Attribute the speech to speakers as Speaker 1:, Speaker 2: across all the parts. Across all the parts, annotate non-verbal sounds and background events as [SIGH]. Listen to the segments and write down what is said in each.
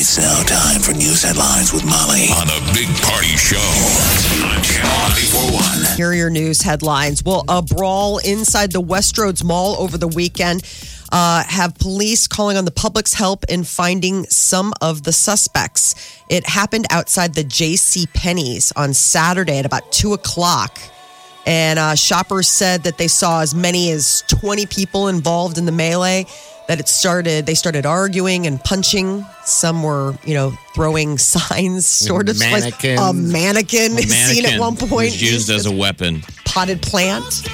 Speaker 1: It's now time for news headlines with Molly on the Big Party Show on Channel 941.
Speaker 2: Here are your news headlines. Well, a brawl inside the Westroads Mall over the weekend uh, have police calling on the public's help in finding some of the suspects. It happened outside the J.C. Penney's on Saturday at about two o'clock. And uh, shoppers said that they saw as many as 20 people involved in the melee. That it started, they started arguing and punching. Some were, you know, throwing [LAUGHS] signs, sort of
Speaker 3: Mannequins.
Speaker 2: like a mannequin,
Speaker 3: A
Speaker 2: is [LAUGHS] seen at
Speaker 3: mannequin
Speaker 2: one point
Speaker 3: was used as a weapon.
Speaker 2: potted plant.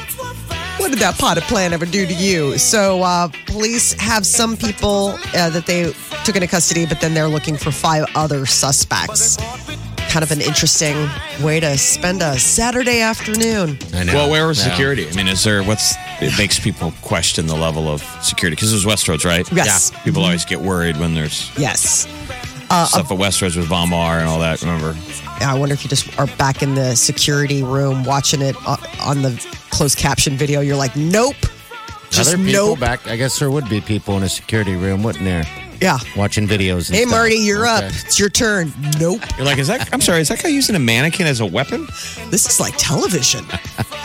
Speaker 2: What did that potted plant ever do to you? So, uh, police have some people uh, that they took into custody, but then they're looking for five other suspects. Kind of an interesting way to spend a Saturday afternoon.
Speaker 4: I know.
Speaker 3: Well, where was
Speaker 4: No.
Speaker 3: security? I mean, is there what's it makes people question the level of security because it was Westroads, right?
Speaker 2: Yes.
Speaker 3: Yeah. People always get worried when there's
Speaker 2: Yes.
Speaker 3: stuff at Westroads with Von Barr and all that. Remember?
Speaker 2: I wonder if you just are back in the security room watching it o- on the closed caption video. You're like, nope.
Speaker 4: Other
Speaker 2: Just
Speaker 4: people
Speaker 2: nope.
Speaker 4: back. I guess there would be people in a security room, wouldn't there?
Speaker 2: Yeah.
Speaker 4: Watching videos. And
Speaker 2: Hey,
Speaker 4: stuff.
Speaker 2: Marty, you're
Speaker 4: Okay.
Speaker 2: up. It's your turn. Nope.
Speaker 3: You're like, is that? I'm sorry, is that guy using a mannequin as a weapon?
Speaker 2: This is like television.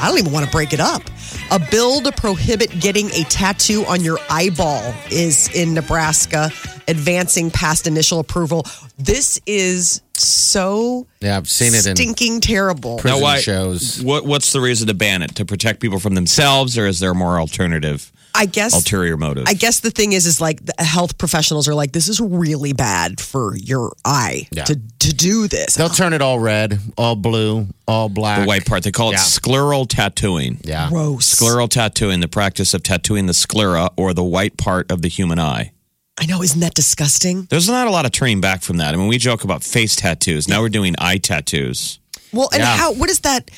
Speaker 2: I don't even want to break it up. A bill to prohibit getting a tattoo on your eyeball is in Nebraska, advancing past initial approval. This is so
Speaker 4: Yeah, I've seen it in.
Speaker 2: stinking terrible.
Speaker 4: Prison shows.
Speaker 3: What What's the reason to ban it? To protect people from themselves, or is there a more alternative,
Speaker 2: I guess
Speaker 3: ulterior motive?
Speaker 2: I guess the thing is, is like the health professionals are like, this is really bad for your eye
Speaker 4: Yeah.
Speaker 2: to to do this.
Speaker 4: They'll turn it all red, all blue, all black.
Speaker 3: the white part they call it
Speaker 4: Yeah.
Speaker 3: scleral tattooing.
Speaker 4: Yeah.
Speaker 2: Gross.
Speaker 3: Scleral tattooing, the practice of tattooing the sclera or the white part of the human eye.
Speaker 2: I know, isn't that disgusting?
Speaker 3: There's not a lot of turning back from that. I mean, we joke about face tattoos. Now we're doing eye tattoos.
Speaker 2: Well, and
Speaker 4: Yeah.
Speaker 2: how? What is that?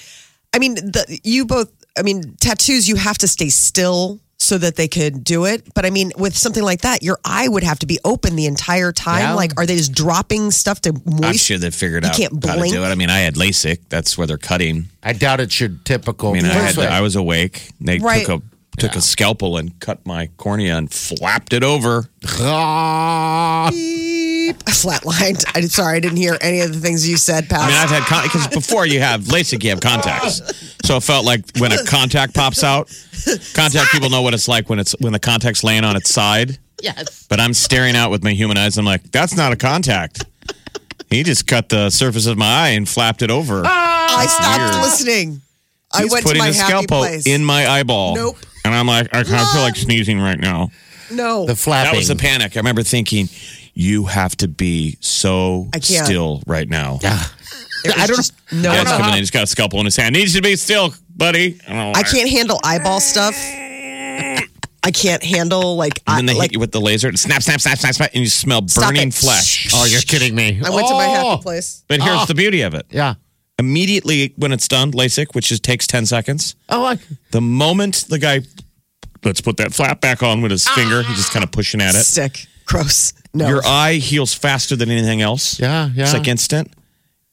Speaker 2: I mean, the, you both. I mean, tattoos. You have to stay still so that they could do it. But I mean, with something like that, your eye would have to be open the entire time.
Speaker 4: Yeah.
Speaker 2: Like, are they just dropping stuff to moist?
Speaker 3: I'm sure they figured
Speaker 2: You
Speaker 3: out
Speaker 2: can't
Speaker 3: how to
Speaker 2: blink.
Speaker 3: do it. I mean, I had LASIK. That's where they're cutting.
Speaker 4: I doubt it's your typical.
Speaker 3: I mean, I had
Speaker 4: First
Speaker 3: the,
Speaker 4: way,
Speaker 3: I was awake. They
Speaker 2: Right.
Speaker 3: took a took a scalpel and cut my cornea and flapped it over.
Speaker 4: Ah.
Speaker 2: Beep. [LAUGHS] Flatlined. I'm sorry, I didn't hear any of the things you said, Pat.
Speaker 3: I mean, I've had
Speaker 2: [LAUGHS]
Speaker 3: because before you have LASIK, you have contacts. So it felt like when a contact pops out, contact people know what it's like when it's when the contact's laying on its side. Yes. But I'm staring out with my human eyes. I'm like, that's not a contact. He just cut the surface of my eye and flapped it over.
Speaker 2: I stopped
Speaker 3: weird.
Speaker 2: listening. Ah, I
Speaker 3: He's
Speaker 2: went to
Speaker 3: putting
Speaker 2: my
Speaker 3: a
Speaker 2: happy
Speaker 3: scalpel
Speaker 2: place.
Speaker 3: in my eyeball.
Speaker 2: Nope.
Speaker 3: And I'm like, I, I feel like sneezing right now.
Speaker 2: no,
Speaker 4: The flapping.
Speaker 3: That was the panic. I remember thinking, you have to be so
Speaker 2: I can't.
Speaker 3: still right now.
Speaker 4: Yeah.
Speaker 2: There was
Speaker 4: I don't-
Speaker 2: just no.
Speaker 3: Dad's coming in. He's got a scalpel in his hand. Needs to be still, buddy. And I'm
Speaker 2: I
Speaker 3: like-
Speaker 2: can't handle eyeball stuff. I can't handle like
Speaker 3: And then they
Speaker 2: I, like
Speaker 3: hit you with the laser. and Snap, snap, snap, snap, snap, and you smell burning
Speaker 2: it.
Speaker 3: flesh.
Speaker 4: Oh, you're kidding me.
Speaker 2: I went to my
Speaker 4: Oh.
Speaker 2: happy place.
Speaker 3: But here's the beauty of it.
Speaker 4: Yeah.
Speaker 3: Immediately when it's done, LASIK, which is takes ten seconds.
Speaker 4: Oh, I,
Speaker 3: The moment the guy, let's put that flap back on with his finger. He's just kind of pushing at it.
Speaker 2: Sick. Gross. No. [LAUGHS]
Speaker 3: Your eye heals faster than anything else.
Speaker 4: Yeah, yeah.
Speaker 3: It's like instant.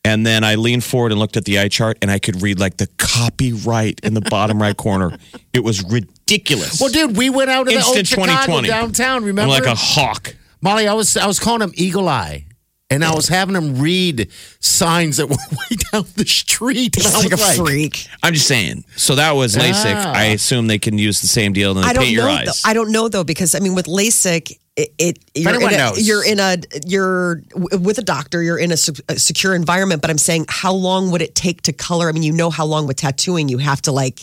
Speaker 3: And then I leaned forward and looked at the eye chart, and I could read like the copyright in the bottom right corner. It was ridiculous.
Speaker 4: well, dude, we went out to the old
Speaker 3: Instant
Speaker 4: Chicago
Speaker 3: 2020
Speaker 4: downtown. Remember?
Speaker 3: I'm like "Uh-huh." a hawk.
Speaker 4: Molly, I was I was calling him Eagle Eye, and I was having him read signs that [LAUGHS] were way down the street. And
Speaker 2: He's
Speaker 4: I was
Speaker 2: like a freak.
Speaker 3: I'm just saying. So that was LASIK.
Speaker 4: Ah.
Speaker 3: I assume they can use the same deal and
Speaker 2: I
Speaker 3: then
Speaker 2: don't
Speaker 3: paint your
Speaker 2: know.
Speaker 3: eyes.
Speaker 2: Though. I don't know though because I mean with LASIK. It, it you're, in
Speaker 4: anyone
Speaker 2: a,
Speaker 4: knows.
Speaker 2: you're in a you're w- with a doctor you're in a, se- a secure environment but i'm saying how long would it take to color i mean you know how long with tattooing you have to like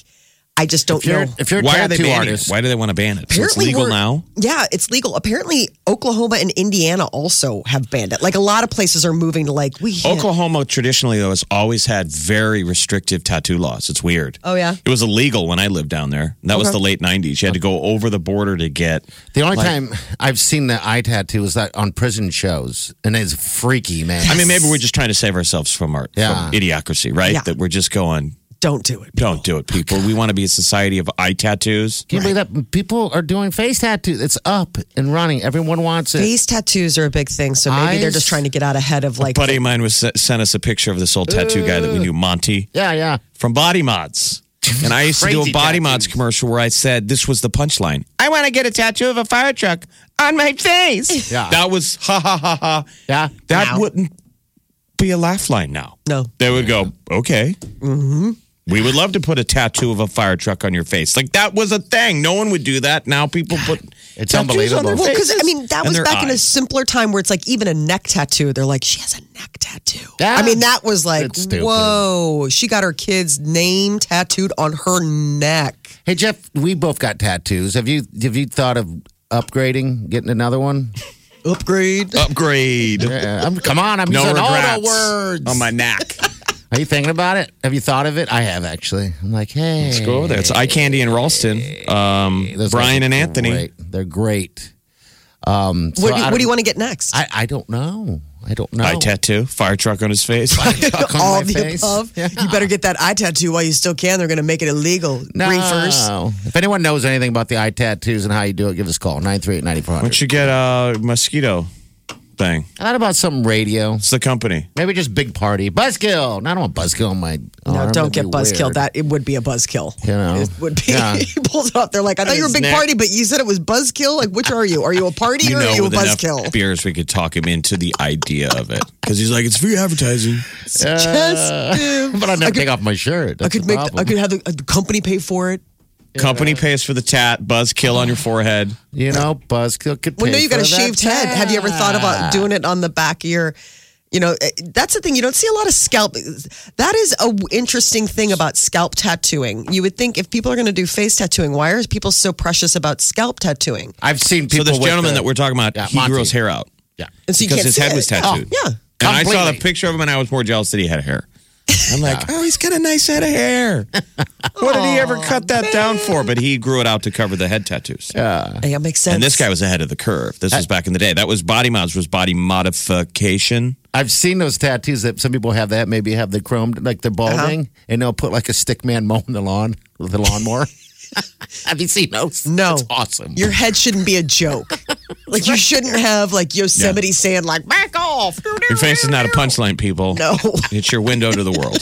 Speaker 2: I just don't
Speaker 4: If you're,
Speaker 2: know.
Speaker 4: if you're a
Speaker 3: Why are they
Speaker 4: tattoo
Speaker 3: banning
Speaker 4: artist,
Speaker 3: it? Why do they want to ban it? So it's legal
Speaker 2: we're-
Speaker 3: now.
Speaker 2: Yeah, it's legal. Apparently, Oklahoma and Indiana also have banned it. Like a lot of places are moving to like we. can't-
Speaker 3: Oklahoma traditionally though has always had very restrictive tattoo laws. It's weird.
Speaker 2: Oh, yeah? Uh-huh.
Speaker 3: it was illegal when I lived down there. That was
Speaker 2: Okay.
Speaker 3: the late '90s. You had to go over the border to get.
Speaker 4: the only time I've seen the eye tattoo is that on prison shows, and it's freaky, man.
Speaker 3: I mean, maybe we're just trying to save ourselves from our
Speaker 4: Yeah.
Speaker 3: from idiocracy, right?
Speaker 2: Yeah.
Speaker 3: That we're just going,
Speaker 2: Don't do it.
Speaker 3: don't do it, people. We want to be a society of eye tattoos.
Speaker 4: Can you believe that people are doing face tattoos? It's up and running. Everyone wants it.
Speaker 2: Face tattoos are a big thing, so maybe they're
Speaker 4: Eyes?
Speaker 2: just trying to get out ahead of like.
Speaker 3: buddy of mine was uh, sent us a picture of this old tattoo guy that we knew, Monty.
Speaker 4: Yeah, yeah.
Speaker 3: from Body Mods. And I used to do a
Speaker 4: Crazy
Speaker 3: Body Mods
Speaker 4: tattoos.
Speaker 3: commercial where I said this was the punchline. I want to get a tattoo of a fire truck on my face.
Speaker 4: Yeah.
Speaker 3: That was ha ha ha ha.
Speaker 4: Yeah.
Speaker 3: That wouldn't be a laugh line now.
Speaker 2: No.
Speaker 3: They would go, okay. Mm-hmm. We would love to put a tattoo of a fire truck on your face. Like that was a thing. No one would do that. Now people put
Speaker 4: [SIGHS] It's
Speaker 3: tattoos on their
Speaker 4: unbelievable.
Speaker 2: Well, because I
Speaker 3: faces
Speaker 2: mean that
Speaker 3: and
Speaker 2: was
Speaker 3: their
Speaker 2: back in a
Speaker 3: eyes.
Speaker 2: simpler time where it's like even a neck tattoo. They're like, she has a neck tattoo.
Speaker 4: Yeah.
Speaker 2: I mean, that was like,
Speaker 4: That's stupid.
Speaker 2: whoa, she got her kid's name tattooed on her neck.
Speaker 4: Hey Jeff, we both got tattoos. Have you have you thought of upgrading, getting another one?
Speaker 2: Upgrade.
Speaker 3: upgrade.
Speaker 4: Yeah, I'm, come on, I'm
Speaker 3: No
Speaker 4: using all
Speaker 3: regrets
Speaker 4: the words.
Speaker 3: on my neck.
Speaker 4: Are you thinking about it? Have you thought of it? I have actually. I'm like, [LAUGHS] hey,
Speaker 3: Let's go over there. It's eye candy in Ralston. Um,
Speaker 4: Those
Speaker 3: Brian
Speaker 4: guys
Speaker 3: and
Speaker 4: are
Speaker 3: Anthony.
Speaker 4: great. They're great. Um, so
Speaker 2: what, do
Speaker 4: I
Speaker 2: you, what
Speaker 4: don't-
Speaker 2: do you want to get next?
Speaker 4: I, I don't know. I don't know.
Speaker 3: Eye tattoo, fire truck on his face. [LAUGHS]
Speaker 4: Tuck Oh. on
Speaker 2: all
Speaker 4: my
Speaker 2: the
Speaker 4: face.
Speaker 2: above.
Speaker 4: Yeah.
Speaker 2: You better get that eye tattoo while you still can. They're going to make it illegal.
Speaker 4: No.
Speaker 2: Reefers.
Speaker 4: If anyone knows anything about the eye tattoos and how you do it, give us a call. 938-9400.
Speaker 3: Once you get a mosquito thing,
Speaker 4: I thought about some radio.
Speaker 3: it's the company.
Speaker 4: Maybe just big party. Buzzkill. No, I don't want buzzkill on my
Speaker 2: No,
Speaker 4: arm.
Speaker 2: don't get
Speaker 4: That'd be
Speaker 2: buzzkilled.
Speaker 4: weird.
Speaker 2: That it would be a buzzkill.
Speaker 4: You know.
Speaker 2: it would be. [LAUGHS]
Speaker 4: Yeah.
Speaker 2: he pulls it up. They're like, I thought you were a
Speaker 3: his
Speaker 2: big
Speaker 3: neck.
Speaker 2: party, but you said it was buzzkill. Like, which are you? Are you a party or are you a
Speaker 3: with enough
Speaker 2: buzzkill?
Speaker 3: beers, we could talk him into the idea of it because he's like, it's free advertising.
Speaker 2: Just,
Speaker 4: But I'd never take off my shirt.
Speaker 2: I
Speaker 4: That's
Speaker 2: could
Speaker 4: the
Speaker 2: make.
Speaker 4: problem.
Speaker 2: I could have the, uh, the company pay for it.
Speaker 3: Company pays for the tat, buzzkill on your forehead.
Speaker 4: You know, buzzkill could.
Speaker 2: Well, no,
Speaker 4: pay
Speaker 2: you got a
Speaker 4: for that
Speaker 2: shaved head. Have you ever thought about doing it on the back of your? You know, eh, that's the thing. You don't see a lot of scalp. That is a w- interesting thing about scalp tattooing. You would think if people are going to do face tattooing, why are people so precious about scalp tattooing?
Speaker 4: I've seen
Speaker 3: So
Speaker 4: people.
Speaker 3: this
Speaker 4: with
Speaker 3: gentleman
Speaker 4: the-
Speaker 3: that we're talking about,
Speaker 4: Yeah,
Speaker 3: he
Speaker 4: Monty.
Speaker 3: grew his hair out
Speaker 4: Yeah.
Speaker 2: And so you
Speaker 3: because
Speaker 2: can't
Speaker 3: his
Speaker 2: see
Speaker 3: head
Speaker 2: it.
Speaker 3: was tattooed.
Speaker 2: Oh, yeah.
Speaker 3: And I saw the
Speaker 4: Completely.
Speaker 3: picture of him, and I was more jealous that he had hair. I'm like, oh, he's got a nice head of hair. [LAUGHS] what did he ever cut that down for? But he grew it out to cover the head tattoos.
Speaker 2: Hey, that makes sense.
Speaker 3: Uh, And this guy was ahead of the curve. This was back in the day. That was body mods was body modification.
Speaker 4: I've seen those tattoos that some people have that maybe have the chrome like the
Speaker 2: Uh-huh.
Speaker 4: balding and they'll put like a stick man [LAUGHS] mowing the lawn with
Speaker 2: [LAUGHS]
Speaker 4: the lawnmower. have you seen those?
Speaker 2: No.
Speaker 4: That's awesome.
Speaker 2: Your head shouldn't be a joke.
Speaker 3: [LAUGHS]
Speaker 2: like you shouldn't have like Yosemite saying like back off.
Speaker 3: Your face is not a punchline, people.
Speaker 2: No.
Speaker 3: It's your window to the [LAUGHS] world.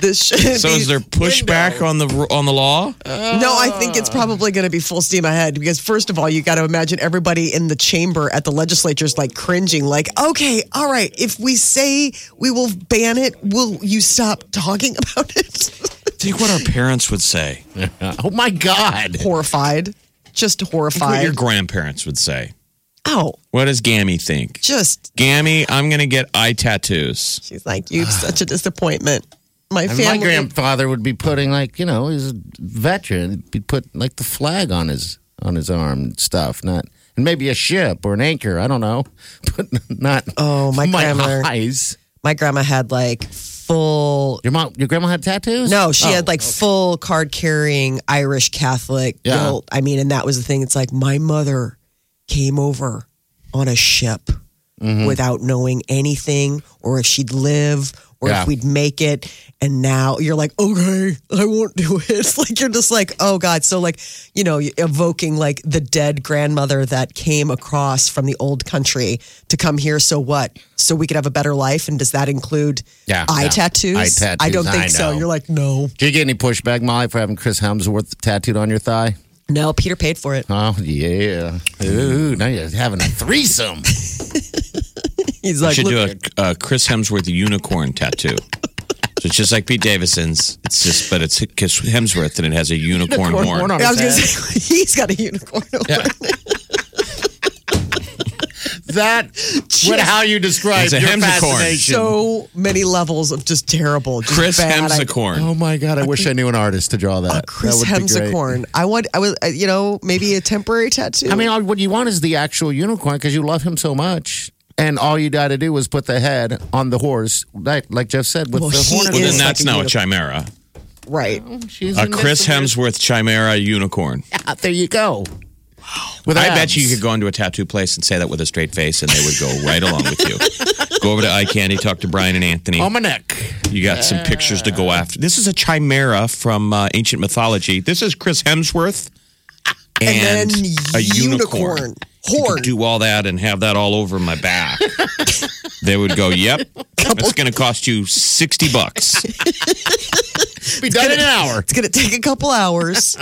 Speaker 2: This [LAUGHS] should
Speaker 3: So
Speaker 2: be-
Speaker 3: is there pushback on the on the law?
Speaker 2: No, I think it's probably going to be full steam ahead because, first of all, you got to imagine everybody in the chamber at the legislature's like cringing, like, okay, all right, if we say we will ban it, will you stop talking [LAUGHS] about it?
Speaker 3: Think what our parents would say.
Speaker 4: [LAUGHS] oh my god.
Speaker 2: horrified. Just
Speaker 3: What your
Speaker 2: horrified.
Speaker 3: grandparents would say.
Speaker 2: Oh,
Speaker 3: What does Gammy think?
Speaker 2: just,
Speaker 3: Gammy, I'm gonna get eye tattoos.
Speaker 2: she's like, you're such a disappointment. My
Speaker 4: And
Speaker 2: family.
Speaker 4: my grandfather would be putting like you know he's a veteran. He'd put like the flag on his on his arm and stuff, not and maybe a ship or an anchor. I don't know, [LAUGHS] but not.
Speaker 2: Oh,
Speaker 4: [LAUGHS]
Speaker 2: my grandmother.
Speaker 4: eyes.
Speaker 2: my grandma had like full
Speaker 4: Your mom, your grandma had tattoos.
Speaker 2: No, she
Speaker 4: Oh.
Speaker 2: had like full card carrying Irish Catholic
Speaker 4: Yeah.
Speaker 2: guilt. I mean, and that was the thing. It's like my mother came over on a ship
Speaker 4: Mm-hmm.
Speaker 2: without knowing anything or if she'd live or
Speaker 4: Yeah.
Speaker 2: if we'd make it. And now you're like, okay, I won't do it. [LAUGHS] It's like you're just like, oh God. So, like, you know, evoking like the dead grandmother that came across from the old country to come here. So what? So we could have a better life. And does that include
Speaker 4: Yeah,
Speaker 2: eye
Speaker 4: yeah.
Speaker 2: tattoos?
Speaker 4: Eye
Speaker 2: I don't
Speaker 4: tattoos,
Speaker 2: think
Speaker 4: I
Speaker 2: so.
Speaker 4: know.
Speaker 2: You're like, no.
Speaker 4: Did you get any pushback, Molly, for having Chris Hemsworth tattooed on your thigh?
Speaker 2: No, Peter paid for [LAUGHS] it.
Speaker 4: Oh yeah. Ooh, now you're having a threesome.
Speaker 2: He's like,
Speaker 3: should
Speaker 2: "Look,
Speaker 3: do a, a Chris Hemsworth unicorn tattoo. So it's just like Pete Davidson's. It's just, but it's Chris Hemsworth and it has a unicorn,
Speaker 4: Corn
Speaker 3: [LAUGHS] horn.
Speaker 4: horn on [LAUGHS]
Speaker 2: I was [LAUGHS]
Speaker 4: his
Speaker 2: gonna
Speaker 4: head.
Speaker 2: Oh, say he's got a unicorn. over
Speaker 3: Yeah. [LAUGHS]
Speaker 4: that with how you describe
Speaker 3: It's a
Speaker 4: your
Speaker 3: hemsicorn.
Speaker 4: fascination.
Speaker 2: So many levels of just terrible. Just
Speaker 3: Chris
Speaker 2: bad. I-
Speaker 3: Hemsicorn.
Speaker 4: oh my god! I wish I knew an artist to draw that.
Speaker 2: Chris
Speaker 4: that would be great.
Speaker 2: Hemsicorn. I want. I was. uh, You know, maybe a temporary tattoo.
Speaker 4: I mean, all, what you want is the actual unicorn because you love him so much. And all you got to do is put the head on the horse, like, like Jeff said, with
Speaker 2: Well,
Speaker 4: the
Speaker 2: he
Speaker 4: horn.
Speaker 3: well,
Speaker 2: is
Speaker 3: then
Speaker 2: like
Speaker 3: that's
Speaker 2: a
Speaker 3: now a
Speaker 2: unicorn.
Speaker 3: chimera.
Speaker 2: right.
Speaker 4: She's
Speaker 3: A
Speaker 4: in this
Speaker 3: Chris
Speaker 4: weird-
Speaker 3: Hemsworth chimera unicorn.
Speaker 4: Yeah, there you go. With
Speaker 3: I bet
Speaker 4: abs.
Speaker 3: you could go into a tattoo place and say that with a straight face, and they would go right along with you. Go over to Eye Candy, talk to Brian and Anthony.
Speaker 2: Oh
Speaker 4: on my neck.
Speaker 3: You got some pictures to go after. This is a chimera from uh, ancient mythology. This is Chris Hemsworth and,
Speaker 2: And then
Speaker 3: a unicorn.
Speaker 2: unicorn.
Speaker 3: You could
Speaker 2: Horn.
Speaker 3: do all that and have that all over my back. they would go, "Yep, it's going to cost you sixty bucks."
Speaker 4: Be done in an
Speaker 3: [LAUGHS]
Speaker 4: hour.
Speaker 2: It's gonna take a couple hours,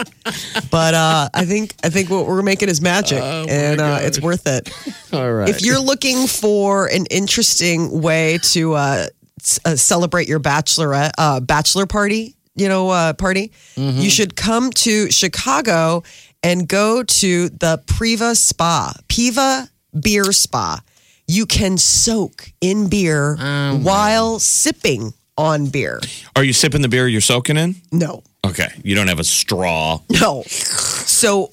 Speaker 2: but uh, I think I think what we're making is magic, and uh, it's worth it.
Speaker 4: Oh, [LAUGHS] All right.
Speaker 2: If you're looking for an interesting way to uh, s- uh, celebrate your bachelorette uh, bachelor party, you know, uh, party,
Speaker 4: Mm-hmm.
Speaker 2: you should come to Chicago and go to the Priva Spa, Piva Beer Spa. You can soak in beer
Speaker 4: Oh,
Speaker 2: while sipping on beer.
Speaker 3: Are you sipping the beer you're soaking in?
Speaker 2: No,
Speaker 3: Okay, you don't have a straw.
Speaker 2: no. So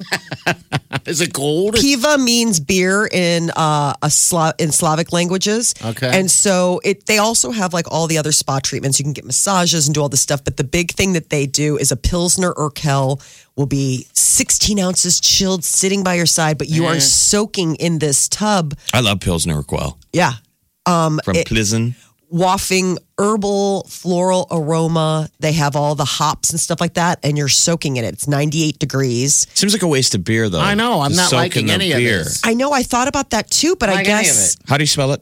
Speaker 4: is it gold?
Speaker 2: Piva means beer in uh, a Sla- in Slavic languages.
Speaker 4: Okay.
Speaker 2: and so it they also have like all the other spa treatments. You can get massages and do all this stuff. But the big thing that they do is a pilsner Urkel will be 16 ounces chilled, sitting by your side, but you are soaking in this tub.
Speaker 3: I love Pilsner Urquell
Speaker 2: Yeah, Um,
Speaker 3: from Plizen.
Speaker 2: wafting herbal floral aroma. They have all the hops and stuff like that, and you're soaking in it. It's 98 degrees.
Speaker 3: Seems like a waste of beer, though.
Speaker 4: I know. I'm
Speaker 3: to
Speaker 4: not
Speaker 3: soak
Speaker 4: liking
Speaker 3: in
Speaker 4: any
Speaker 3: the
Speaker 4: of
Speaker 3: beer.
Speaker 4: this.
Speaker 2: I know. I thought about that too, but I
Speaker 4: Like any of
Speaker 2: guess.
Speaker 4: it.
Speaker 3: How do you spell it?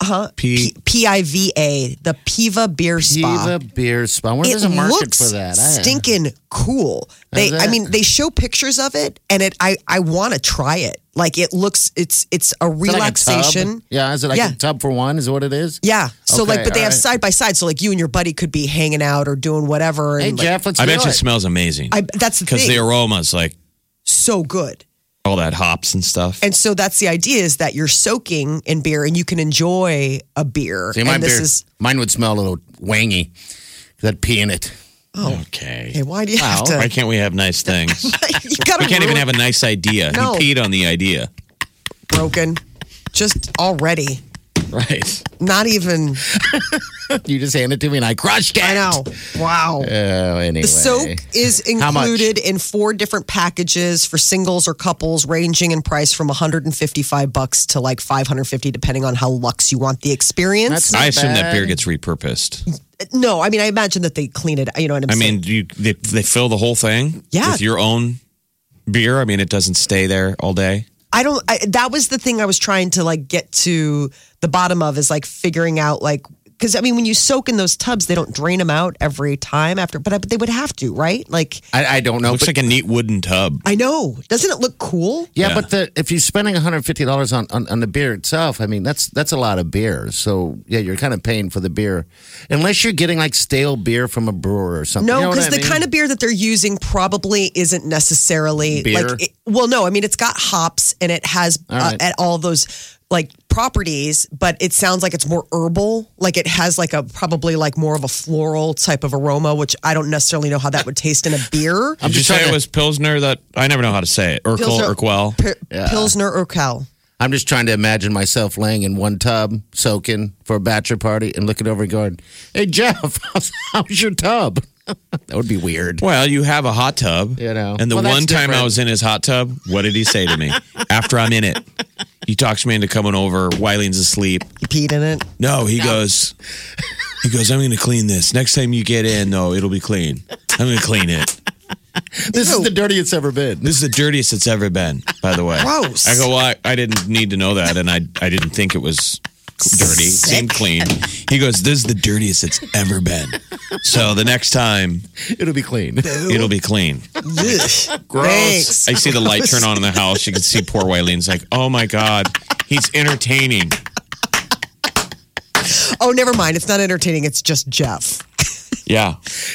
Speaker 3: Uh huh. P.
Speaker 2: Uh-huh. P I V A, the Piva Beer Spa.
Speaker 4: Diva beer spa. Where
Speaker 2: it
Speaker 4: there's a market
Speaker 2: looks
Speaker 4: for that? I-
Speaker 2: stinking cool. They,
Speaker 4: How's
Speaker 2: I
Speaker 4: that?
Speaker 2: mean, they show pictures of it, and it. I, I want to try it. Like it looks, it's it's a
Speaker 4: Is it like a tub?
Speaker 2: relaxation.
Speaker 4: yeah, is it like
Speaker 2: Yeah.
Speaker 4: a tub for one? Is what it is?
Speaker 2: Yeah. So
Speaker 4: Okay,
Speaker 2: like, but they
Speaker 4: all
Speaker 2: have
Speaker 4: right.
Speaker 2: side by side. So like, you and your buddy could be hanging out or doing whatever.
Speaker 4: Hey
Speaker 2: And like,
Speaker 4: Jeff, let's
Speaker 3: I
Speaker 4: do
Speaker 3: bet you
Speaker 4: it.
Speaker 3: it smells amazing.
Speaker 2: I, that's the
Speaker 3: Because
Speaker 2: thing.
Speaker 3: the aroma's like
Speaker 2: so good.
Speaker 3: all that hops and stuff.
Speaker 2: And so that's the idea is that you're soaking in beer and you can enjoy a beer.
Speaker 4: See,
Speaker 2: and
Speaker 4: my
Speaker 2: this
Speaker 4: beer,
Speaker 2: is
Speaker 4: mine would smell a little wangy. 'cause I'd pee in it. [LAUGHS]
Speaker 3: okay.
Speaker 2: hey, why do you have
Speaker 3: Why
Speaker 2: to?
Speaker 3: can't we have nice
Speaker 2: [LAUGHS]
Speaker 3: things?
Speaker 2: you gotta
Speaker 3: we can't even
Speaker 2: ruin-
Speaker 3: have a nice idea.
Speaker 2: No.
Speaker 3: He peed on the idea.
Speaker 2: broken. Just already.
Speaker 3: Right.
Speaker 2: Not even.
Speaker 4: You just hand it to me and I crushed it.
Speaker 2: I know. Wow.
Speaker 4: Oh, anyway.
Speaker 2: The soak is
Speaker 4: How much?
Speaker 2: included in four different packages for singles or couples, ranging in price from 155 bucks to like 550, depending on how luxe you want the experience.
Speaker 4: That's-
Speaker 3: I assume that
Speaker 4: bad.
Speaker 3: beer gets repurposed.
Speaker 2: no, I mean, I imagine that they clean it. You know what I'm
Speaker 3: I
Speaker 2: saying?
Speaker 3: mean, do you, they, they fill the whole thing
Speaker 2: Yeah.
Speaker 3: with your own beer. I mean, it doesn't stay there all day.
Speaker 2: I don't. I, that was the thing I was trying to like get to the bottom of is like figuring out like because I mean, when you soak in those tubs, they don't drain them out every time after, but, I, but they would have to, right? Like.
Speaker 4: I, I don't know.
Speaker 3: Looks
Speaker 4: but-
Speaker 3: like a neat wooden tub.
Speaker 2: I know. Doesn't it look cool?
Speaker 4: yeah, but the, if you're spending $150 on, on, on the beer itself, I mean, that's that's a lot of beer. So, yeah, you're kind of paying for the beer. Unless you're getting like stale beer from a brewer or something.
Speaker 2: No, because the kind of beer that they're using probably isn't necessarily
Speaker 4: Beer?
Speaker 2: like. It, well, no, I mean it's got hops and it has
Speaker 4: All
Speaker 2: uh,
Speaker 4: right.
Speaker 2: at all those like properties, but it sounds like it's more herbal. Like it has like a probably like more of a floral type of aroma, which I don't necessarily know how that would taste in a
Speaker 4: [LAUGHS]
Speaker 2: beer.
Speaker 3: Did you
Speaker 4: just
Speaker 3: say
Speaker 4: trying
Speaker 3: it
Speaker 4: to-
Speaker 3: was Pilsner that I never know how to say it? Urkel,
Speaker 2: Pilsner-
Speaker 3: Urquell.
Speaker 2: P- Pilsner or Cal.
Speaker 4: I'm just trying to imagine myself laying in one tub, soaking for a bachelor party, and looking over and going, Hey, Jeff, [LAUGHS] how's, how's your tub? [LAUGHS] that would be weird.
Speaker 3: Well, you have a hot tub.
Speaker 4: You know.
Speaker 3: And the
Speaker 4: Well, that's
Speaker 3: one time I
Speaker 4: different.
Speaker 3: was in his hot tub, what did he
Speaker 4: [LAUGHS]
Speaker 3: say to me? After I'm in it, he talks me into coming over. Wiley's asleep.
Speaker 2: You peed in it.
Speaker 3: No, he goes, he goes, I'm going to clean this. Next time you get in, though, it'll be clean. I'm going to clean it.
Speaker 4: This is the dirtiest ever been. [LAUGHS]
Speaker 3: This is the dirtiest it's ever been, by the way.
Speaker 2: Gross.
Speaker 3: I go, well, I, I didn't need to know that. And I, I didn't think it was dirty. It seemed clean. He goes, this is the dirtiest it's ever been. So the next time,
Speaker 4: It'll be
Speaker 3: [LAUGHS]
Speaker 4: clean.
Speaker 3: it'll be clean.
Speaker 4: [LAUGHS]
Speaker 2: Thanks.
Speaker 3: I see the light turn on in the house. You can see poor Wileen's like, oh my God, he's entertaining.
Speaker 2: Oh, never mind. It's not entertaining. It's just Jeff.
Speaker 3: Yeah.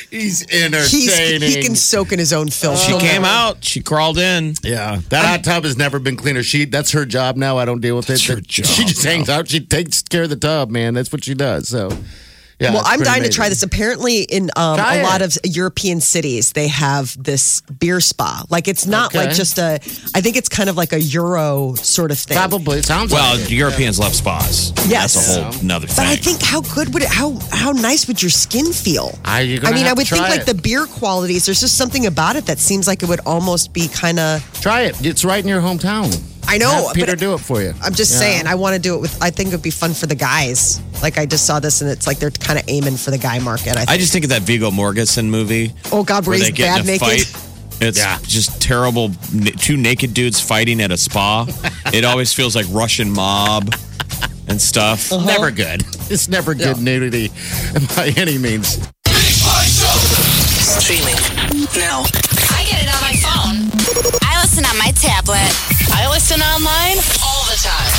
Speaker 4: He's
Speaker 2: He's,
Speaker 4: entertaining. Oh,
Speaker 2: he can soak in his own filth.
Speaker 3: She
Speaker 2: He'll
Speaker 3: came
Speaker 2: never-
Speaker 3: out. She crawled in.
Speaker 4: Yeah, that hot tub has never been cleaner. She that's her job now. I don't deal with it.
Speaker 3: her
Speaker 4: That-
Speaker 3: job
Speaker 4: she just hangs out. She takes care of the tub, man. That's what she does. So, yeah.
Speaker 2: Well,
Speaker 4: it's
Speaker 2: I'm
Speaker 4: pretty
Speaker 2: dying to
Speaker 4: amazing.
Speaker 2: try this. Apparently, in um,
Speaker 4: Try
Speaker 2: a
Speaker 4: it.
Speaker 2: lot of European cities, they have this beer spa. Like it's not
Speaker 4: Okay.
Speaker 2: like just a. I think it's kind of like a Euro sort of thing.
Speaker 4: Probably it sounds
Speaker 3: Well,
Speaker 4: like it.
Speaker 3: Europeans love spas.
Speaker 2: Yes.
Speaker 3: That's a whole nother thing.
Speaker 2: But I think how good would it, how how nice would your skin feel?
Speaker 4: Ah, you're gonna
Speaker 2: I mean, I
Speaker 4: have
Speaker 2: would
Speaker 4: to
Speaker 2: think
Speaker 4: try
Speaker 2: like
Speaker 4: it.
Speaker 2: the beer qualities. There's just something about it that seems like it would almost be kind of.
Speaker 4: try it. It's right in your hometown.
Speaker 2: I know,
Speaker 4: Have Peter
Speaker 2: but-
Speaker 4: do it for you.
Speaker 2: I'm just
Speaker 4: Yeah.
Speaker 2: saying, I want to do it with. I think it would be fun for the guys. Like I just saw this, and it's like they're kind of aiming for the guy market. I, think.
Speaker 3: I just think of that Vigo Mortensen movie.
Speaker 2: oh God, where, he's
Speaker 3: where they get
Speaker 2: bad
Speaker 3: in a
Speaker 2: naked.
Speaker 3: fight. It's just terrible. n- Two naked dudes fighting at a [LAUGHS] spa. it always feels like Russian mob and stuff.
Speaker 4: Never good. It's never good nudity [LAUGHS] by any means.
Speaker 5: Streaming now.
Speaker 6: I get it on my phone. I listen on my tablet.
Speaker 5: I listen online all the time.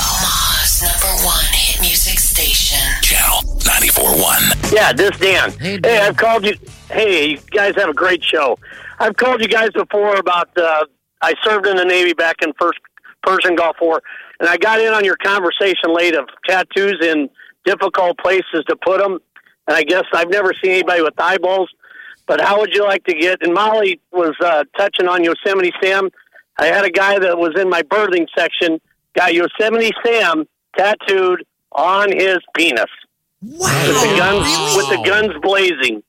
Speaker 5: Omaha's number one hit music station.
Speaker 1: Channel 94.1.
Speaker 7: Yeah, this Dan.
Speaker 4: Hey,
Speaker 7: Hey,
Speaker 4: Dan.
Speaker 7: I've called you. Hey, you guys have a great show. I've called you guys before about uh, I served in the Navy back in first Persian Gulf War, and I got in on your conversation late of tattoos in difficult places to put them. And I guess I've never seen anybody with eyeballs. But how would you like to get? And Molly was uh, touching on Yosemite Sam. I had a guy that was in my birthing section got Yosemite Sam tattooed on his penis
Speaker 2: wow.
Speaker 8: Oh,
Speaker 7: the guns with the guns blazing.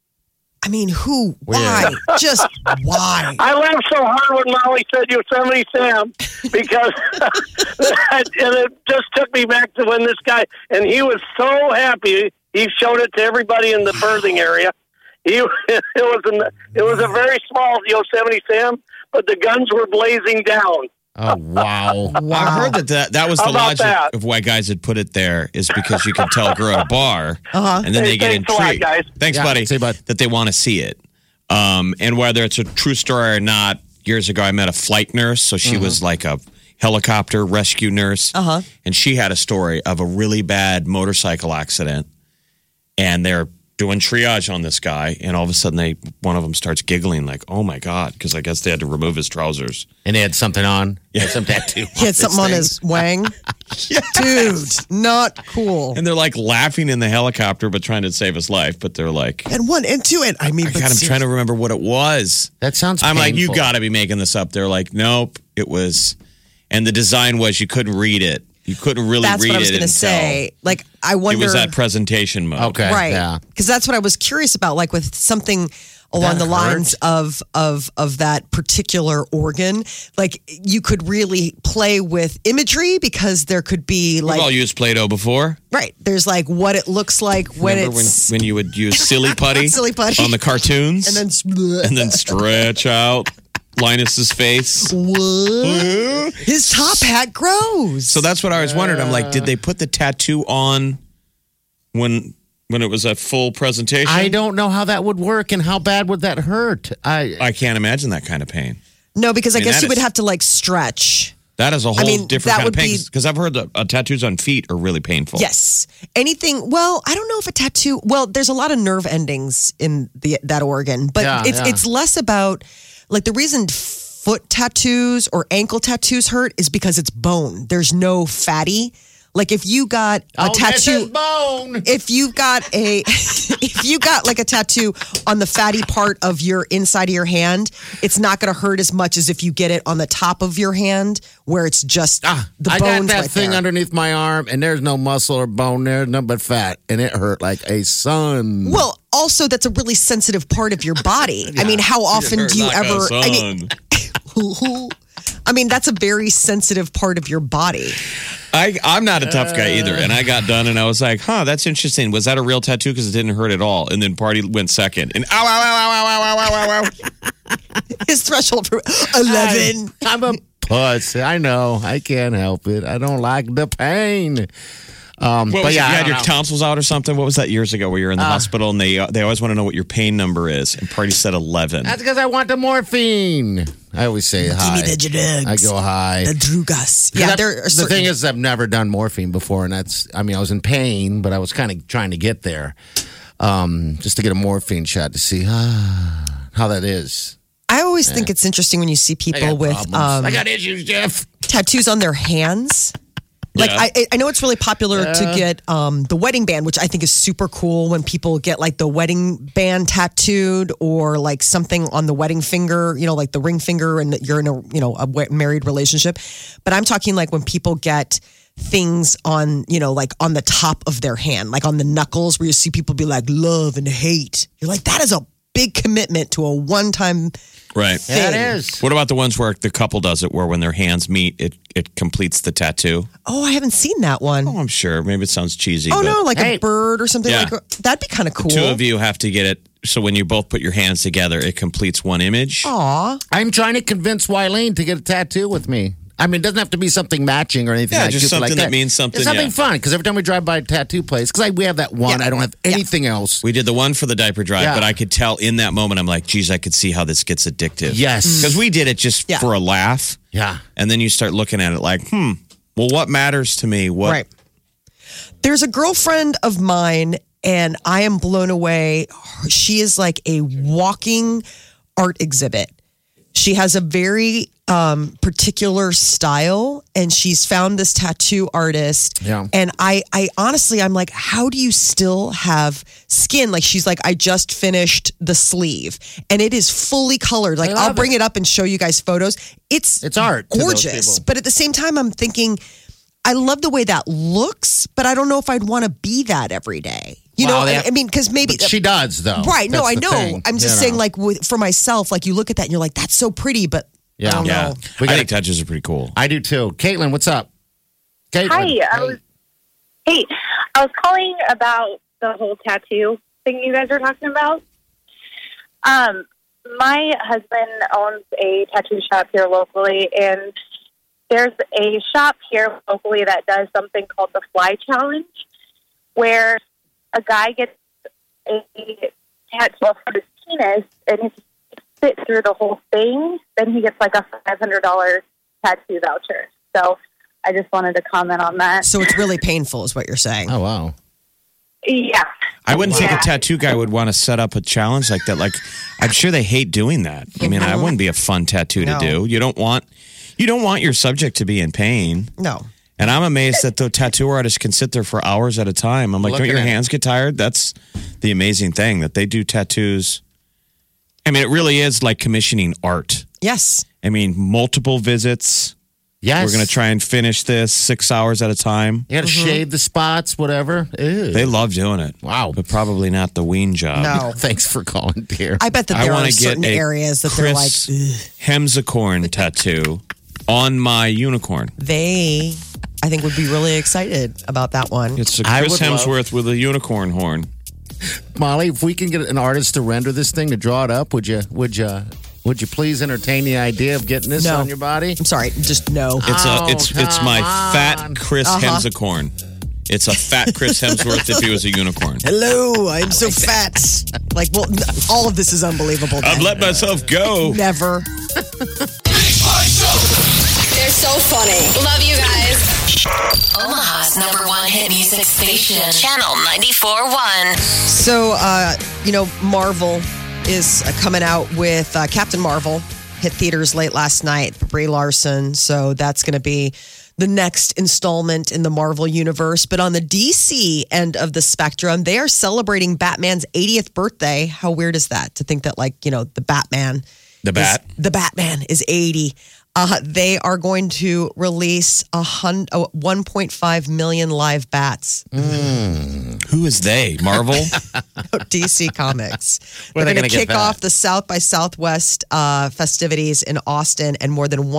Speaker 2: I mean, who? Why? just
Speaker 3: [LAUGHS]
Speaker 2: why?
Speaker 7: I laughed so hard when Molly said Yosemite Sam because [LAUGHS] and it just took me back to when this guy and he was so happy he showed it to everybody in the birthing area. He [LAUGHS] it was an, it was a very small Yosemite Sam, but the guns were blazing down.
Speaker 4: Oh wow.
Speaker 3: I heard that that, that was the
Speaker 7: How about
Speaker 3: logic
Speaker 7: that?
Speaker 3: of why guys had put it there is because you can tell a girl at a bar and then
Speaker 7: Uh-huh. Hey,
Speaker 3: they get
Speaker 7: thanks a lot,
Speaker 3: intrigued.
Speaker 7: guys.
Speaker 3: Thanks,
Speaker 4: Yeah,
Speaker 3: buddy.
Speaker 4: say bud.
Speaker 3: That they want to see it. Um, and whether it's a true story or not, years ago I met a flight nurse. So she was
Speaker 4: Mm-hmm.
Speaker 3: like a helicopter rescue nurse. Uh-huh. And she had a story of a really bad motorcycle accident. And they're doing triage on this guy. And all of a sudden, they one of them starts giggling, like, oh my God, because I guess they had to remove his trousers.
Speaker 4: and he had something on. Yeah, some tattoo.
Speaker 2: [LAUGHS] He had something on his
Speaker 3: [LAUGHS]
Speaker 2: wang. Dude, not cool.
Speaker 3: And they're like laughing in the helicopter, but trying to save his life. But they're like, "Oh
Speaker 2: And one and two and I mean, but
Speaker 3: God, I'm
Speaker 2: seriously-
Speaker 3: trying to remember what it was.
Speaker 4: That sounds.
Speaker 3: I'm like, you
Speaker 4: painful.
Speaker 3: got to be making this up. They're like, nope, it was. And the design was you couldn't read it. You couldn't really
Speaker 2: That's
Speaker 3: read
Speaker 2: what I was
Speaker 3: it
Speaker 2: going to
Speaker 3: and
Speaker 2: say. Like, I
Speaker 3: tell.
Speaker 2: wonder.
Speaker 3: it was that presentation mode.
Speaker 4: Okay.
Speaker 2: right?
Speaker 4: Yeah.
Speaker 2: Because that's what I was curious about. Like with something along
Speaker 4: That
Speaker 2: the lines of of of that particular organ. Like you could really play with imagery because there could be
Speaker 3: We've
Speaker 2: like
Speaker 3: all used Play-Doh before.
Speaker 2: right. There's like what it looks like when
Speaker 3: Remember when,
Speaker 2: it's
Speaker 3: when you
Speaker 2: [LAUGHS]
Speaker 3: would use silly putty,
Speaker 2: Silly putty.
Speaker 3: on the cartoons,
Speaker 2: and then
Speaker 3: [LAUGHS] and then stretch out
Speaker 2: [LAUGHS]
Speaker 3: Linus's face.
Speaker 2: What? his top hat grows.
Speaker 3: So that's what I was wondering. I'm like, did they put the tattoo on when when it was a full presentation?
Speaker 4: I don't know how that would work and how bad would that hurt. I
Speaker 3: I can't imagine that kind of pain.
Speaker 2: no, because I,
Speaker 3: mean,
Speaker 2: guess
Speaker 3: that
Speaker 2: you would
Speaker 3: is-
Speaker 2: have to like stretch.
Speaker 3: That is a whole
Speaker 2: mean,
Speaker 3: different
Speaker 2: that
Speaker 3: kind of
Speaker 2: would
Speaker 3: pain
Speaker 2: be-
Speaker 3: because I've heard that uh, tattoos on feet are really painful.
Speaker 2: Yes. Anything. Well, I don't know if a tattoo. Well, there's a lot of nerve endings in the that organ, but
Speaker 4: Yeah,
Speaker 2: it's
Speaker 4: yeah.
Speaker 2: it's less about like the reason foot tattoos or ankle tattoos hurt is because it's bone. There's no fatty. Like if you got a
Speaker 4: Oh, this is
Speaker 2: tattoo.
Speaker 4: bone.
Speaker 2: If you got a, [LAUGHS] if you got like a tattoo on the fatty part of your inside of your hand, it's not going to hurt as much as if you get it on the top of your hand where it's just the
Speaker 4: Ah, I
Speaker 2: bones
Speaker 4: got that
Speaker 2: right
Speaker 4: thing
Speaker 2: there.
Speaker 4: underneath my arm, and there's no muscle or bone there, nothing but fat, and it hurt like a sun.
Speaker 2: Well, also that's a really sensitive part of your
Speaker 4: [LAUGHS]
Speaker 2: body. I mean, how often do you ever? I mean, I mean that's a very sensitive part of your body. [LAUGHS]
Speaker 3: I, I'm not a tough guy either. And I got done and I was like, huh, that's interesting. Was that a real tattoo? Because it didn't hurt at all. And then Party went second. And ow, ow, ow, ow, ow, ow, ow, ow, ow.
Speaker 2: His threshold for eleven.
Speaker 4: I'm a puss. I know. I can't help it. I don't like the pain. Um,
Speaker 3: What
Speaker 4: but
Speaker 3: was
Speaker 4: yeah, I
Speaker 3: it? you had
Speaker 4: don't
Speaker 3: your
Speaker 4: know.
Speaker 3: tonsils out or something? What was that years ago where you're in the hospital and they uh, they always want to know what your pain number is? And Party said 11.
Speaker 4: That's because I want the morphine. I always say hi. I go high.
Speaker 2: The drugas. Yeah,
Speaker 4: That-
Speaker 2: there are
Speaker 4: the
Speaker 2: certain,
Speaker 4: thing is, I've never done morphine before, and that's. I mean, I was in pain, but I was kind of trying to get there. um, just to get a morphine shot to see ah, how that is.
Speaker 2: I always think it's interesting when you see
Speaker 4: I
Speaker 2: people
Speaker 4: got
Speaker 2: with
Speaker 4: problems.
Speaker 2: um,
Speaker 4: I got issues, Jeff.
Speaker 2: tattoos on their hands. Like
Speaker 3: Yeah.
Speaker 2: I, I know it's really popular to get um, the wedding band, which I think is super cool. When people get like the wedding band tattooed or like something on the wedding finger, you know, like the ring finger, and that you're in a you know a we- married relationship. But I'm talking like when people get things on you know like on the top of their hand, like on the knuckles, where you see people be like love and hate. You're like that is a big commitment to a one time.
Speaker 3: Right.
Speaker 4: Yeah, it is.
Speaker 3: What about the ones where the couple does it, where when their hands meet, it, it completes the tattoo?
Speaker 2: Oh, I haven't seen that one.
Speaker 3: Oh, I'm sure. Maybe it sounds cheesy.
Speaker 2: Oh
Speaker 3: but
Speaker 2: no, like
Speaker 4: Hey.
Speaker 2: a bird or something
Speaker 3: Yeah.
Speaker 2: like that'd be kind of cool.
Speaker 3: Two of you have to get it. So when you both put your hands together, it completes one image.
Speaker 2: Aw,
Speaker 4: I'm trying to convince Wileen to get a tattoo with me. I mean, it doesn't have to be something matching or anything.
Speaker 3: Yeah,
Speaker 4: like
Speaker 3: just
Speaker 4: stupid like
Speaker 3: something that means something,
Speaker 4: It's something
Speaker 3: yeah.
Speaker 4: fun because every time we drive by a tattoo place, because we have that one,
Speaker 2: Yeah.
Speaker 4: I don't have
Speaker 2: Yeah.
Speaker 4: anything else.
Speaker 3: We did the one for the diaper drive,
Speaker 4: Yeah.
Speaker 3: but I could tell in that moment, I'm like, geez, I could see how this gets addictive.
Speaker 4: Yes. Mm.
Speaker 3: Because we did it just
Speaker 2: Yeah.
Speaker 3: for a laugh.
Speaker 4: Yeah.
Speaker 3: And then you start looking at it like, hmm, well, what matters to me? What?
Speaker 2: right. There's a girlfriend of mine, and I am blown away. She is like a walking art exhibit. She has a very um, particular style, and she's found this tattoo artist.
Speaker 4: Yeah.
Speaker 2: And I, I honestly, I'm like, how do you still have skin? Like, she's like, I just finished the sleeve, and it is fully colored. Like, I'll bring it. up and show you guys photos. It's
Speaker 4: It's art to those
Speaker 2: gorgeous.
Speaker 4: people.
Speaker 2: But at the same time, I'm thinking, I love the way that looks, but I don't know if I'd want to be that every day. You
Speaker 4: Wow,
Speaker 2: know, I-
Speaker 4: that-
Speaker 2: I mean, because maybe uh,
Speaker 4: But she does, though.
Speaker 2: Right? No,
Speaker 4: That's
Speaker 2: I
Speaker 4: the
Speaker 2: know.
Speaker 4: thing,
Speaker 2: I'm just
Speaker 4: you
Speaker 2: saying,
Speaker 4: know.
Speaker 2: like with, for myself, like you look at that and you're like, that's so pretty, but
Speaker 4: Yeah.
Speaker 2: I don't
Speaker 3: Yeah.
Speaker 2: know.
Speaker 4: We
Speaker 3: I
Speaker 4: gotta-
Speaker 3: think tattoos are pretty cool.
Speaker 4: I do too. Caitlin, what's up? Caitlin.
Speaker 8: Hi, I was- Hey, I was calling about the whole tattoo thing you guys are talking about. Um, my husband owns a tattoo shop here locally, and there's a shop here locally that does something called the Fly Challenge, where a guy gets a tattoo of his penis, and if he sit through the whole thing, then he gets like a five hundred dollar tattoo voucher. So. I just wanted to comment on that.
Speaker 2: So it's really painful, is what you're saying.
Speaker 4: Oh, wow.
Speaker 8: Yeah.
Speaker 3: I wouldn't think
Speaker 8: Yeah.
Speaker 3: a tattoo guy would want to set up a challenge like that. Like, I'm sure they hate doing that. I mean, I wouldn't be a fun tattoo
Speaker 2: No.
Speaker 3: to do. You don't want, you don't want your subject to be in pain.
Speaker 2: No,
Speaker 3: And I'm amazed that the tattoo artists can sit there for hours at a time. I'm like,
Speaker 4: Looking
Speaker 3: don't your
Speaker 4: at it.
Speaker 3: hands get tired? That's the amazing thing that they do tattoos. I mean, it really is like commissioning art.
Speaker 2: yes,
Speaker 3: I mean, multiple visits.
Speaker 4: Yes.
Speaker 3: We're going to try and finish this six hours at a time.
Speaker 4: You got to
Speaker 2: Mm-hmm.
Speaker 4: shave the spots, whatever. Ew.
Speaker 3: They love doing it.
Speaker 4: Wow.
Speaker 3: But probably not the ween job.
Speaker 2: no.
Speaker 4: [LAUGHS] Thanks for calling, dear.
Speaker 2: I bet that
Speaker 3: I
Speaker 2: there
Speaker 3: want
Speaker 2: are
Speaker 3: to get
Speaker 2: certain
Speaker 3: a
Speaker 2: areas that they're like
Speaker 3: Chris Hemsicorn tattoo on my unicorn.
Speaker 2: they. I think would be really excited about that one.
Speaker 3: It's a
Speaker 4: I
Speaker 3: Chris
Speaker 4: would love-
Speaker 3: Hemsworth with a unicorn horn.
Speaker 4: Molly, if we can get an artist to render this thing to draw it up, would you? Would you? Would you please entertain the idea of getting this
Speaker 2: No.
Speaker 4: on your body?
Speaker 2: I'm sorry, just no.
Speaker 3: It's
Speaker 4: Oh,
Speaker 3: a it's it's my
Speaker 4: come
Speaker 3: fat
Speaker 4: on.
Speaker 3: Chris
Speaker 2: Uh-huh.
Speaker 3: Hemsicorn. It's a fat Chris Hemsworth if he was
Speaker 2: [LAUGHS]
Speaker 3: a unicorn.
Speaker 2: Hello, I'm
Speaker 4: [LAUGHS]
Speaker 2: so fat. Like, well, n- all of this is unbelievable.
Speaker 3: I've
Speaker 2: then.
Speaker 3: let myself go.
Speaker 2: Never.
Speaker 6: They're so funny. Love you guys.
Speaker 5: Omaha's number one hit music station, Channel 94.1.
Speaker 2: So, uh, you know, Marvel is uh, coming out with uh, Captain Marvel. Hit theaters late last night. Brie Larson. So that's going to be the next installment in the Marvel universe. But on the DC end of the spectrum, they are celebrating Batman's 80th birthday. How weird is that? To think that, like, you know, the Batman.
Speaker 3: The bat.
Speaker 2: is- the Batman is 80. Uh, they are going to release a hun- oh, 1.5 million live bats.
Speaker 3: Who is they?
Speaker 4: [LAUGHS]
Speaker 3: Marvel?
Speaker 2: DC Comics.
Speaker 4: Where
Speaker 2: They're
Speaker 4: are they
Speaker 2: going to
Speaker 4: gonna get
Speaker 2: kick
Speaker 4: that?
Speaker 2: off the South by Southwest uh, festivities in Austin, and more than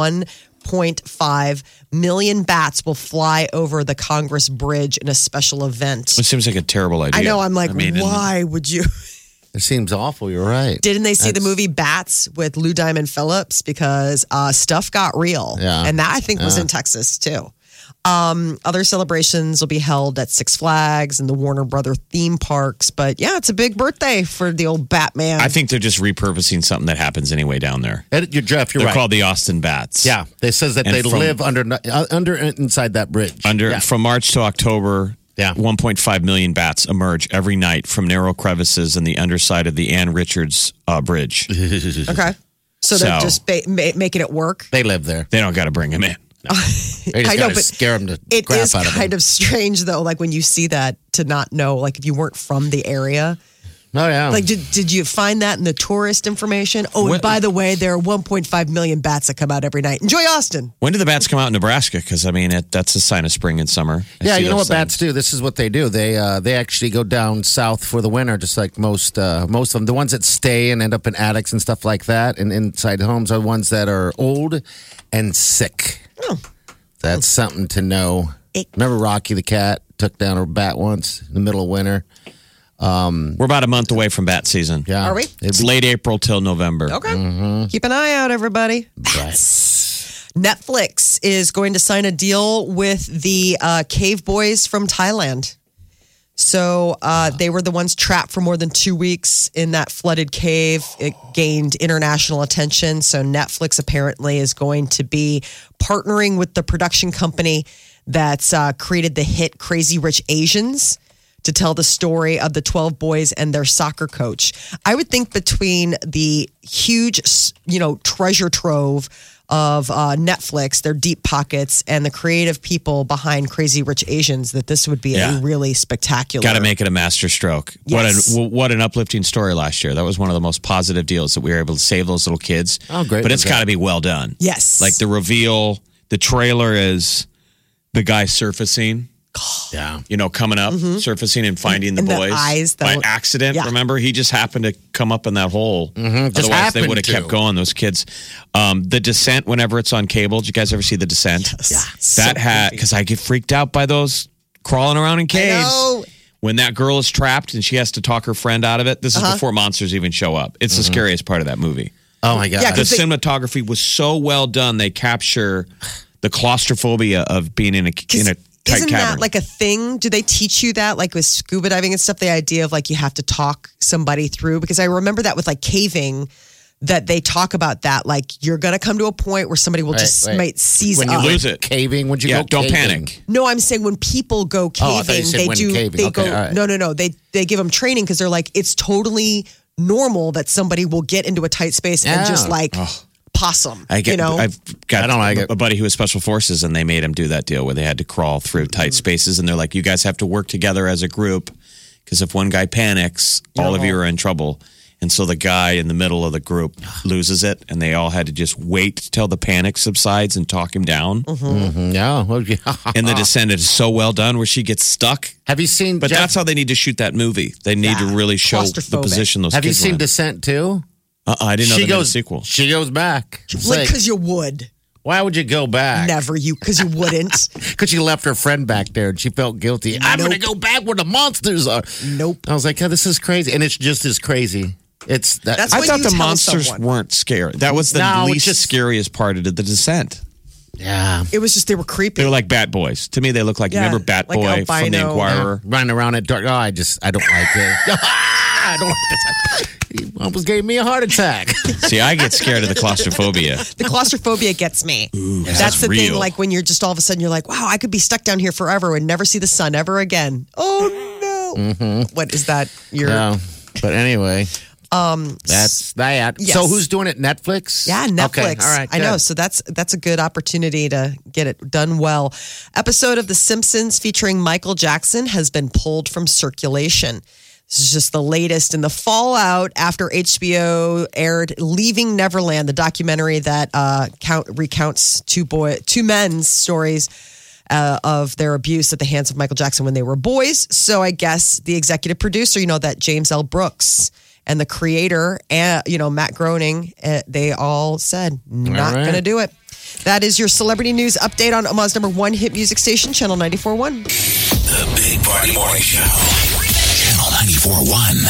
Speaker 2: 1.5 million bats will fly over the Congress Bridge in a special event.
Speaker 3: [LAUGHS] It seems like a terrible idea.
Speaker 2: I know. I'm like,
Speaker 3: mean, and-
Speaker 2: why would you? [LAUGHS]
Speaker 4: It seems awful. You're right.
Speaker 2: Didn't they see the movie Bats with Lou Diamond Phillips? Because uh, stuff got real.
Speaker 4: Yeah.
Speaker 2: And that I think was in Texas too. Um, other celebrations will be held at Six Flags and the Warner Brother theme parks. But yeah, it's a big birthday for the old Batman.
Speaker 3: I think they're just repurposing something that happens anyway down there.
Speaker 4: Edit your Jeff. You're
Speaker 3: They're
Speaker 4: right.
Speaker 3: called the Austin Bats.
Speaker 4: yeah, they says that
Speaker 3: And
Speaker 4: they
Speaker 3: from-
Speaker 4: live under uh, under inside that bridge.
Speaker 3: Under
Speaker 4: Yeah.
Speaker 3: from March to October, Yeah. 1.5 million bats emerge every night from narrow crevices in the underside of the Ann Richards uh, Bridge.
Speaker 4: Mm-hmm.
Speaker 2: Okay. So they're
Speaker 3: So-
Speaker 2: just ba- ma- making it work.
Speaker 3: They live there. They don't got to bring them in.
Speaker 4: They just
Speaker 2: I know,
Speaker 4: gotta
Speaker 2: but
Speaker 4: scare them to
Speaker 2: It
Speaker 4: crap
Speaker 2: is
Speaker 4: out of
Speaker 2: kind
Speaker 4: them.
Speaker 2: of strange though, like when you see that to not know, like if you weren't from the area.
Speaker 4: Oh yeah.
Speaker 2: Like, did, did you find that in the tourist information? Oh, and
Speaker 3: What-
Speaker 2: by the way, there are 1.5 million bats that come out every night. Enjoy Austin.
Speaker 3: When do the bats come out in Nebraska? Because, I mean, it, that's a sign of spring and summer. I
Speaker 4: yeah,
Speaker 3: see
Speaker 4: you know
Speaker 3: those
Speaker 4: what
Speaker 3: things.
Speaker 4: bats do? This is what they do. They uh, they actually go down south for the winter, just like most uh, most of them. The ones that stay and end up in attics and stuff like that, and inside homes, are ones that are old and sick.
Speaker 2: Oh.
Speaker 4: That's something to know. Remember Rocky the cat took down a bat once in the middle of winter.
Speaker 3: We're about a month away from bat season.
Speaker 4: Yeah,
Speaker 2: Are we?
Speaker 4: It'd
Speaker 3: It's
Speaker 4: be-
Speaker 3: late April till November.
Speaker 2: Okay. Keep an eye out, everybody. Netflix is going to sign a deal with the uh, cave boys from Thailand. So uh, they were the ones trapped for more than two weeks in that flooded cave. It gained international attention. So Netflix apparently is going to be partnering with the production company that's uh, created the hit Crazy Rich Asians to tell the story of the 12 boys and their soccer coach. I would think between the huge, you know, treasure trove of uh, Netflix, their deep pockets, and the creative people behind Crazy Rich Asians, that this would be a
Speaker 3: Yeah.
Speaker 2: really spectacular.
Speaker 3: Got to make it a master stroke.
Speaker 2: Yes.
Speaker 3: What, an, what an uplifting story last year. That was one of the most positive deals that we were able to save those little kids.
Speaker 4: Oh, great
Speaker 3: But it's
Speaker 4: was that?
Speaker 3: got to be well done.
Speaker 2: Yes.
Speaker 3: Like the reveal, the trailer is the guy surfacing.
Speaker 4: yeah.
Speaker 3: you know, coming up, surfacing and finding the
Speaker 2: Mm-hmm. And the
Speaker 3: boys
Speaker 2: eyes, the-
Speaker 3: by accident.
Speaker 2: yeah.
Speaker 3: Remember, he just happened to come up in that hole. Mm-hmm.
Speaker 4: Just
Speaker 3: Otherwise, they
Speaker 4: happened
Speaker 3: would have
Speaker 4: to.
Speaker 3: kept going. Those kids, um, the descent. Whenever it's on cable, did you guys ever see the descent? Yeah, that hat because I get freaked out by those crawling around in caves.
Speaker 2: know.
Speaker 3: When that girl is trapped and she has to talk her friend out of it, this is
Speaker 2: Uh-huh.
Speaker 3: before monsters even show up. It's
Speaker 4: Mm-hmm.
Speaker 3: the scariest part of that movie.
Speaker 4: Oh my god.
Speaker 2: Yeah,
Speaker 3: The
Speaker 2: 'cause they-
Speaker 3: cinematography was so well done; they capture the claustrophobia of being in a in a tight
Speaker 2: Isn't
Speaker 3: cavern.
Speaker 2: that like a thing? Do they teach you that, like with scuba diving and stuff? The idea of like you have to talk somebody through? Because I remember that with like caving, that they talk about that. Like you're going to come to a point where somebody will just
Speaker 4: Right, right.
Speaker 2: might seize
Speaker 4: when you
Speaker 2: up.
Speaker 3: lose it.
Speaker 4: Caving. Would you
Speaker 3: yeah,
Speaker 4: go?
Speaker 3: don't
Speaker 4: caving?
Speaker 3: panic.
Speaker 2: No, I'm saying when people go
Speaker 4: Oh, I thought
Speaker 2: caving,
Speaker 4: you said
Speaker 2: they
Speaker 4: when
Speaker 2: do.
Speaker 4: caving.
Speaker 2: They go.
Speaker 4: Okay, all right.
Speaker 2: No, no, no. They they give them training because they're like it's totally normal that somebody will get into a tight space and
Speaker 4: Yeah.
Speaker 2: just like possum.
Speaker 3: I get.
Speaker 2: you know.
Speaker 3: I've got
Speaker 4: I don't like
Speaker 3: a,
Speaker 4: it.
Speaker 3: a buddy who was special forces, and they made him do that deal where they had to crawl through
Speaker 2: Mm-hmm.
Speaker 3: tight spaces, and they're like, "You guys have to work together as a group because if one guy panics, all of you are in trouble." And so the guy in the middle of the
Speaker 2: [SIGHS]
Speaker 3: group loses it, and they all had to just wait till the panic subsides and talk him down.
Speaker 2: Mm-hmm.
Speaker 4: No. Well, Mm-hmm. yeah. [LAUGHS]
Speaker 3: And the
Speaker 2: Ah.
Speaker 3: descent is so well done where she gets stuck.
Speaker 4: Have you seen?
Speaker 3: But
Speaker 4: Jeff-
Speaker 3: that's how they need to shoot that movie. They need to really show the
Speaker 2: Claustrophobic.
Speaker 3: position those
Speaker 4: Have you
Speaker 3: kids
Speaker 4: seen
Speaker 3: were in.
Speaker 4: Descent too?
Speaker 3: Uh-uh, I didn't know
Speaker 4: she
Speaker 3: they made a
Speaker 4: goes
Speaker 3: sequel.
Speaker 4: She goes back. It's
Speaker 2: like
Speaker 4: like,
Speaker 2: because you would
Speaker 4: why would you go back?
Speaker 2: never you because you wouldn't.
Speaker 4: [LAUGHS] Because she left her friend back there and she felt guilty. I'm
Speaker 2: Nope.
Speaker 4: gonna go back where the monsters are.
Speaker 2: Nope.
Speaker 4: I was like, oh, this is crazy, and it's just as crazy. It's that,
Speaker 2: That's
Speaker 3: I
Speaker 2: when
Speaker 3: thought
Speaker 2: you
Speaker 3: the
Speaker 2: tell
Speaker 3: monsters
Speaker 2: someone.
Speaker 3: weren't scary. That was the
Speaker 4: No, it's
Speaker 3: least
Speaker 4: just-
Speaker 3: scariest part of the descent.
Speaker 4: yeah,
Speaker 2: It was just they were creepy.
Speaker 3: They're like Bat Boys. To me, they look like
Speaker 2: Yeah,
Speaker 3: you remember Bat
Speaker 2: like
Speaker 3: Boy from the
Speaker 2: albino.
Speaker 3: Inquirer.
Speaker 4: running around at dark. Oh, I just I don't like
Speaker 2: [LAUGHS]
Speaker 4: it. [LAUGHS] I don't like this. He almost gave me a
Speaker 2: [LAUGHS]
Speaker 4: heart attack.
Speaker 3: See, I get scared of the claustrophobia.
Speaker 4: [LAUGHS] "Oh."
Speaker 2: the claustrophobia gets me. that's the thing.
Speaker 3: real.
Speaker 2: Like when you're just all of a sudden you're like, wow, I could be stuck down here forever and never see the sun ever again. Oh no!
Speaker 4: Mm-hmm.
Speaker 2: What is that? Your
Speaker 4: no, but anyway, um, that's that.
Speaker 2: yes.
Speaker 4: So who's doing it? Netflix.
Speaker 2: Yeah, Netflix.
Speaker 4: Okay, all right,
Speaker 2: I know.
Speaker 4: good.
Speaker 2: So that's that's a good opportunity to get it done well. Episode of The Simpsons featuring Michael Jackson has been pulled from circulation. This is just the latest in the fallout after HBO aired "Leaving Neverland," the documentary that uh, count, recounts two boy, two men's stories uh, of their abuse at the hands of Michael Jackson when they were boys. So I guess the executive producer, you know, that James L. Brooks and the creator, and you know Matt Groening, uh, they all said not
Speaker 4: All right.
Speaker 2: going to do it. That is your celebrity news update on Omaha's number one hit music station, Channel 94.1.
Speaker 1: The Big Party Morning Show. Channel 941.